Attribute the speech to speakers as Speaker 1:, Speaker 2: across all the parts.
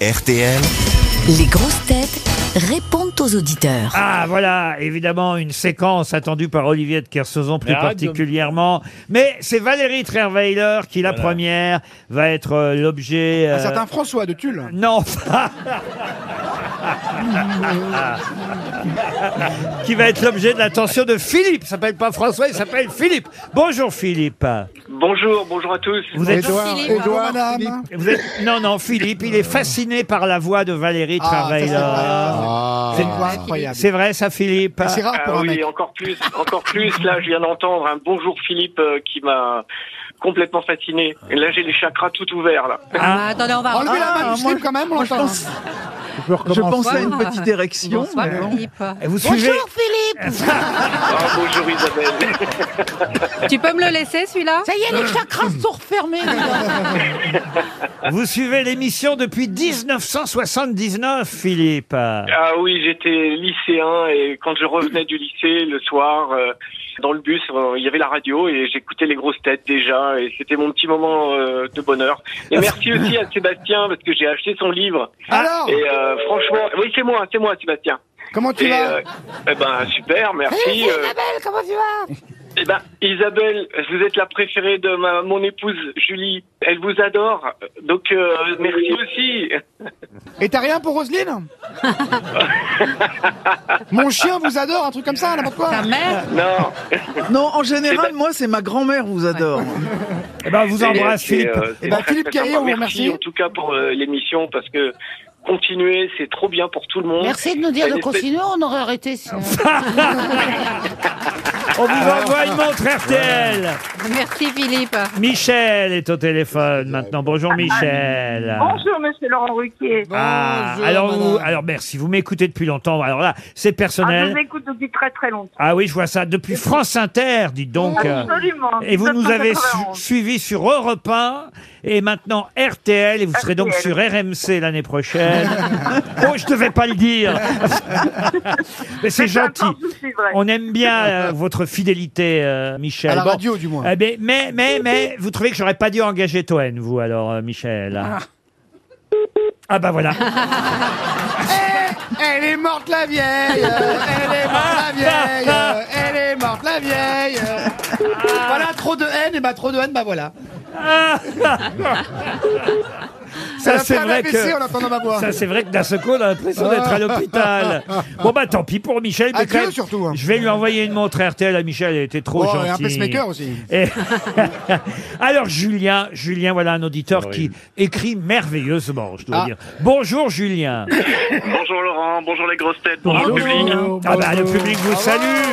Speaker 1: RTL.
Speaker 2: Les grosses têtes répondent aux auditeurs.
Speaker 3: Ah, voilà, évidemment, une séquence attendue par Olivier de Kersauzon plus
Speaker 4: Mais arrête de-
Speaker 3: particulièrement. Mais c'est Valérie Trierweiler qui, la première, va être euh, l'objet...
Speaker 4: Un
Speaker 3: euh,
Speaker 4: certain François de Tulle.
Speaker 3: Non Qui va être l'objet de l'attention de Philippe. Il s'appelle pas François, il s'appelle Philippe. Bonjour Philippe.
Speaker 5: Bonjour, bonjour à tous.
Speaker 3: Vous êtes...
Speaker 4: Édouard,
Speaker 6: Philippe,
Speaker 4: Édouard,
Speaker 6: bravo, madame.
Speaker 4: Philippe.
Speaker 3: Vous êtes- Non, non, Philippe, il est fasciné par la voix de Valérie
Speaker 4: Ah, ça, c'est
Speaker 3: Trierweiler.
Speaker 4: C'est une
Speaker 6: Ah,
Speaker 4: voix incroyable.
Speaker 3: C'est vrai ça, Philippe
Speaker 4: C'est rare pour
Speaker 5: Ah
Speaker 4: un
Speaker 5: oui,
Speaker 4: mec.
Speaker 5: encore plus, encore plus. Là, je viens d'entendre un bonjour Philippe euh, qui m'a complètement fasciné. Et là, j'ai les chakras tout ouverts là.
Speaker 6: Ah, attendez, on va
Speaker 4: Enlevez la main du slip quand même, on l'entend.
Speaker 7: Je pensais à
Speaker 6: Bonsoir.
Speaker 7: une petite érection.
Speaker 6: Bonsoir,
Speaker 7: mais non.
Speaker 6: Philippe.
Speaker 3: Vous suivez
Speaker 5: Ah, bonjour Isabelle.
Speaker 6: Tu peux me le laisser celui-là
Speaker 8: Ça y est, les chakras sont refermés.
Speaker 3: Vous suivez l'émission depuis 1979, Philippe.
Speaker 5: Ah oui, j'étais lycéen et quand je revenais du lycée le soir euh, dans le bus, euh, il y avait la radio et j'écoutais les grosses têtes déjà et c'était mon petit moment euh, de bonheur.
Speaker 4: Ah,
Speaker 5: Et merci aussi à Sébastien parce que j'ai acheté son livre
Speaker 4: Alors,
Speaker 5: et euh, franchement, oui c'est moi, c'est moi Sébastien.
Speaker 4: comment tu
Speaker 5: Et,
Speaker 4: vas
Speaker 5: euh, eh ben super, merci. euh,
Speaker 8: Isabelle, comment tu vas
Speaker 5: Eh ben, Isabelle, vous êtes la préférée de ma, mon épouse Julie. Elle vous adore, donc euh, merci aussi.
Speaker 4: Et t'as rien pour Roselyne Mon chien vous adore, un truc comme ça, n'importe quoi.
Speaker 6: Ta mère
Speaker 5: Non.
Speaker 7: Non, en général, moi, c'est ma grand-mère vous adore.
Speaker 3: Eh ben, on vous embrasse,
Speaker 5: Et,
Speaker 3: Philippe.
Speaker 5: euh, c'est
Speaker 4: Eh ben,
Speaker 5: très,
Speaker 4: Philippe
Speaker 5: très
Speaker 4: Carrier,
Speaker 5: sympa.
Speaker 4: on vous remercie.
Speaker 5: en tout cas pour euh, l'émission parce que continuer, c'est trop bien pour tout le monde.
Speaker 8: Merci de nous dire de
Speaker 5: Une espèce-
Speaker 8: continuer, on aurait arrêté
Speaker 6: Ah.
Speaker 8: sinon.
Speaker 3: On vous envoie une montre RTL.
Speaker 6: Merci Philippe.
Speaker 3: Michel est au téléphone maintenant. Bonjour Michel.
Speaker 9: Ah, Bonjour, monsieur Laurent Ruquier.
Speaker 3: Ah, alors, vous- alors merci, vous m'écoutez depuis longtemps. Alors là, c'est
Speaker 9: Ah, je
Speaker 3: personnel.
Speaker 9: vous écoute depuis très très longtemps.
Speaker 3: Ah oui, je vois ça depuis France Inter, dites donc.
Speaker 9: Ah, Absolument.
Speaker 3: Et vous nous avez su-
Speaker 9: 1991.
Speaker 3: suivi sur Europe 1 et maintenant RTL et vous serez donc sur RMC l'année prochaine. oh, je devais pas le dire. Mais c'est
Speaker 9: Mais peu importe,
Speaker 3: gentil.
Speaker 9: Je vous suivrai.
Speaker 3: On aime bien euh, votre fidélité, euh, Michel.
Speaker 4: À la
Speaker 3: Bon.
Speaker 4: radio, du moins.
Speaker 3: Eh ben, mais, mais, mais, vous trouvez que j'aurais pas dû engager Toen, vous, alors, euh, Michel Ah bah voilà.
Speaker 4: Eh, Elle est morte la vieille, euh, elle est morte la vieille, euh, elle est morte la vieille. euh. Voilà, trop de haine, et bah trop de haine, bah voilà.
Speaker 3: Ça, c'est vrai que...
Speaker 4: en entendant ma voix.
Speaker 3: Ça, c'est vrai que d'un seul coup, on a l'impression d'être à l'hôpital. Bon, bah, tant pis pour Michel. mais
Speaker 4: Adieu,
Speaker 3: quand même,
Speaker 4: surtout, hein.
Speaker 3: Je vais lui envoyer une montre RTL à Michel. Elle était trop
Speaker 4: Oh,
Speaker 3: gentille.
Speaker 4: et un pacemaker aussi.
Speaker 3: Et- Alors, Julien, Julien, voilà un auditeur qui écrit merveilleusement, je dois
Speaker 4: Ah.
Speaker 3: dire. Bonjour, Julien.
Speaker 5: Bonjour Laurent, bonjour les grosses têtes, bonjour, le public.
Speaker 3: Ah bah, le public vous salue.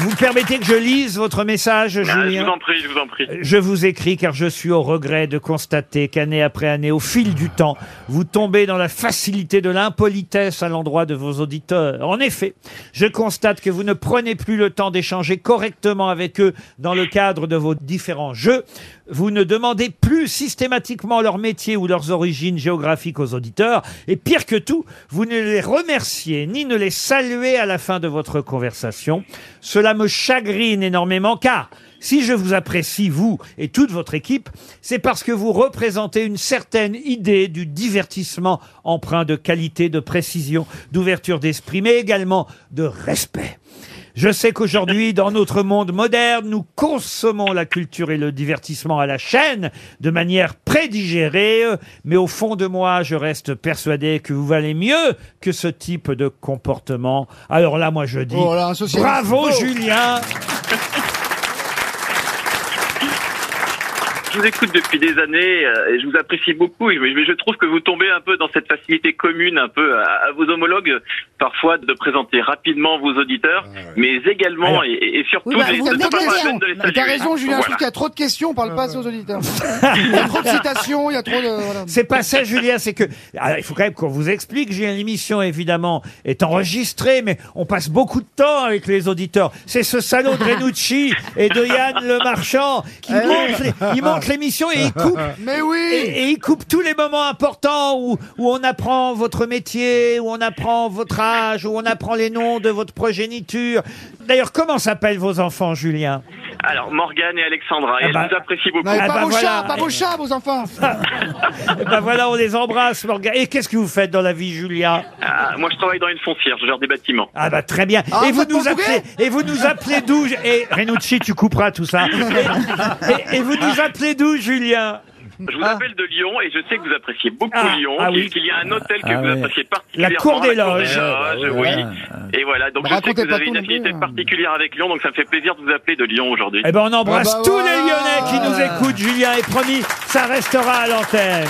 Speaker 3: Vous permettez que je lise votre message,
Speaker 5: Ah,
Speaker 3: Julien
Speaker 5: je vous en prie, je vous en prie.
Speaker 3: Je vous écris car je suis au regret de constater qu'année après année, au fil du temps, vous tombez dans la facilité de l'impolitesse à l'endroit de vos auditeurs. En effet, je constate que vous ne prenez plus le temps d'échanger correctement avec eux dans le cadre de vos différents jeux. Vous ne demandez plus systématiquement leur métier ou leurs origines géographiques aux auditeurs. Et pire que tout, vous ne les remerciez ni ne les saluez à la fin de votre conversation. Cela me chagrine énormément car si je vous apprécie, vous et toute votre équipe, c'est parce que vous représentez une certaine idée du divertissement empreint de qualité, de précision, d'ouverture d'esprit, mais également de respect. Je sais qu'aujourd'hui, dans notre monde moderne, nous consommons la culture et le divertissement à la chaîne de manière prédigérée, euh, mais au fond de moi, je reste persuadé que vous valez mieux que ce type de comportement. Alors là, moi, je dis,
Speaker 4: Oh là, un socialiste.
Speaker 3: bravo
Speaker 4: Oh.
Speaker 3: Julien
Speaker 5: Je vous écoute depuis des années euh, et je vous apprécie beaucoup. Mais mais je trouve que vous tombez un peu dans cette facilité commune, un peu à, à vos homologues, parfois de présenter rapidement vos auditeurs, mais également
Speaker 3: Alors-
Speaker 5: et, et- et surtout,
Speaker 4: Oui, bah,
Speaker 5: les-
Speaker 4: vous
Speaker 5: de
Speaker 4: avez
Speaker 5: pas prendre la
Speaker 4: raison.
Speaker 5: peine de les
Speaker 4: Mais Bah, T'as
Speaker 5: saluer.
Speaker 4: raison, Julien,
Speaker 5: Voilà.
Speaker 4: je trouve qu'il y a trop de questions, on parle pas assez aux auditeurs. Il y a trop de citations, il y a trop de. voilà.
Speaker 3: Euh, C'est pas ça, Julien, c'est que. Alors, il faut quand même qu'on vous explique, Julien. L'émission, évidemment, est enregistrée, mais on passe beaucoup de temps avec les auditeurs. C'est ce salaud de Renucci et de Yann Le Marchand qui monte les- il monte l'émission et il coupe.
Speaker 4: Mais oui
Speaker 3: Et, et il coupe tous les moments importants où, où on apprend votre métier, où on apprend votre âge, où on apprend les noms de votre progéniture. D'ailleurs, comment s'appellent vos enfants, Julien
Speaker 5: Alors, Morgane et Alexandra, et
Speaker 3: Ah
Speaker 5: elles
Speaker 3: bah.
Speaker 5: nous apprécient beaucoup.
Speaker 4: N'avez
Speaker 3: Ah
Speaker 4: pas
Speaker 3: bah
Speaker 4: vos
Speaker 3: voilà.
Speaker 4: chats, pas vos chats, vos enfants.
Speaker 3: Eh ben voilà, on les embrasse, Morgane. Et qu'est-ce que vous faites dans la vie, Julia
Speaker 5: Ah, moi, je travaille dans une foncière, je gère des bâtiments.
Speaker 3: Ah bah très bien.
Speaker 4: Ah,
Speaker 3: et vous
Speaker 4: vous êtes
Speaker 3: nous
Speaker 4: bourré
Speaker 3: appelez, et vous nous appelez d'où Ju- Et Renucci, tu couperas tout ça. Et, et- et vous nous appelez d'où, Julien
Speaker 5: Je
Speaker 4: Ah.
Speaker 5: vous appelle de Lyon et je sais que vous appréciez beaucoup
Speaker 3: Ah,
Speaker 5: Lyon,
Speaker 3: ah oui.
Speaker 5: puisqu'il y a un hôtel que
Speaker 1: Ah
Speaker 5: vous
Speaker 1: ouais.
Speaker 5: appréciez particulièrement.
Speaker 3: La Cour des Loges. Ah,
Speaker 5: Loges, oui. Et voilà, donc
Speaker 4: Mais
Speaker 5: je sais
Speaker 4: Bah, racontez
Speaker 5: que vous
Speaker 4: pas
Speaker 5: avez
Speaker 4: tout
Speaker 5: une
Speaker 4: non plus,
Speaker 5: affinité
Speaker 4: hein.
Speaker 5: particulière avec Lyon, donc ça me fait plaisir de vous appeler de Lyon aujourd'hui.
Speaker 3: Eh ben on embrasse
Speaker 4: Ah bah
Speaker 3: tous
Speaker 4: voilà.
Speaker 3: les Lyonnais qui nous écoutent, Julien. Et promis, ça restera à l'antenne.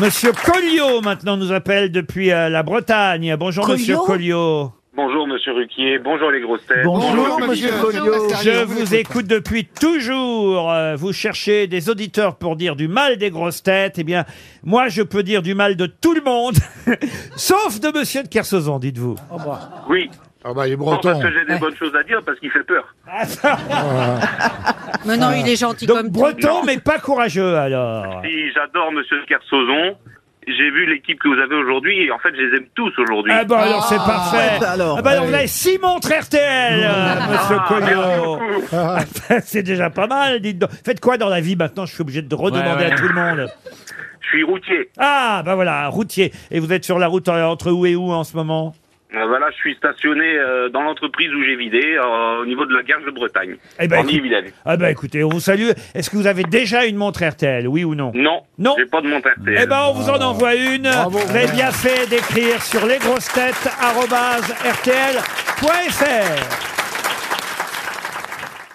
Speaker 3: Monsieur Colliot maintenant nous appelle depuis euh, la Bretagne. Bonjour Monsieur Colliot.
Speaker 5: Bonjour Monsieur Ruquier, bonjour les grosses têtes.
Speaker 7: Bonjour, monsieur Colliot.
Speaker 3: Je vous écoute depuis toujours. Euh, Vous cherchez des auditeurs pour dire du mal des grosses têtes. Eh bien, moi, je peux dire du mal de tout le monde, sauf de Monsieur de Kersauzon, dites-vous.
Speaker 5: Oui,
Speaker 1: Ah bah, il est
Speaker 5: non, parce
Speaker 1: breton.
Speaker 5: que j'ai des bonnes choses à dire, parce qu'il fait peur.
Speaker 6: Mais non, il est gentil
Speaker 3: Donc
Speaker 6: comme
Speaker 3: breton, mais pas courageux alors.
Speaker 5: Si j'adore Monsieur Kersozon, j'ai vu l'équipe que vous avez aujourd'hui, et en fait, je les aime tous aujourd'hui.
Speaker 3: Ah bon, alors c'est
Speaker 4: Ah,
Speaker 3: parfait.
Speaker 7: ouais, alors.
Speaker 3: ah bah, on a six montres RTL, euh, Monsieur
Speaker 5: Ah, merci
Speaker 3: Colliot.
Speaker 5: beaucoup.
Speaker 3: c'est déjà pas mal. Dites donc. Faites quoi dans la vie maintenant Je suis obligé de redemander
Speaker 1: Ouais, ouais.
Speaker 3: à tout le monde.
Speaker 5: Je suis routier.
Speaker 3: Ah, bah voilà, un routier. Et vous êtes sur la route euh, entre où et où en ce moment
Speaker 5: Euh, Voilà, je suis stationné euh, dans l'entreprise où j'ai vidé, euh, au niveau de la gare de Bretagne.
Speaker 3: Eh ben,
Speaker 5: en
Speaker 3: écoute-
Speaker 5: Ille-et-Vilaine.
Speaker 3: Ah bah écoutez, on vous salue. Est-ce que vous avez déjà une montre RTL, oui ou non
Speaker 5: Non,
Speaker 3: Non.
Speaker 5: j'ai pas de montre RTL.
Speaker 3: Eh ben on vous en envoie une.
Speaker 1: Bravo.
Speaker 3: vous avez bien fait d'écrire sur lesgrossetêtes.rtl.fr.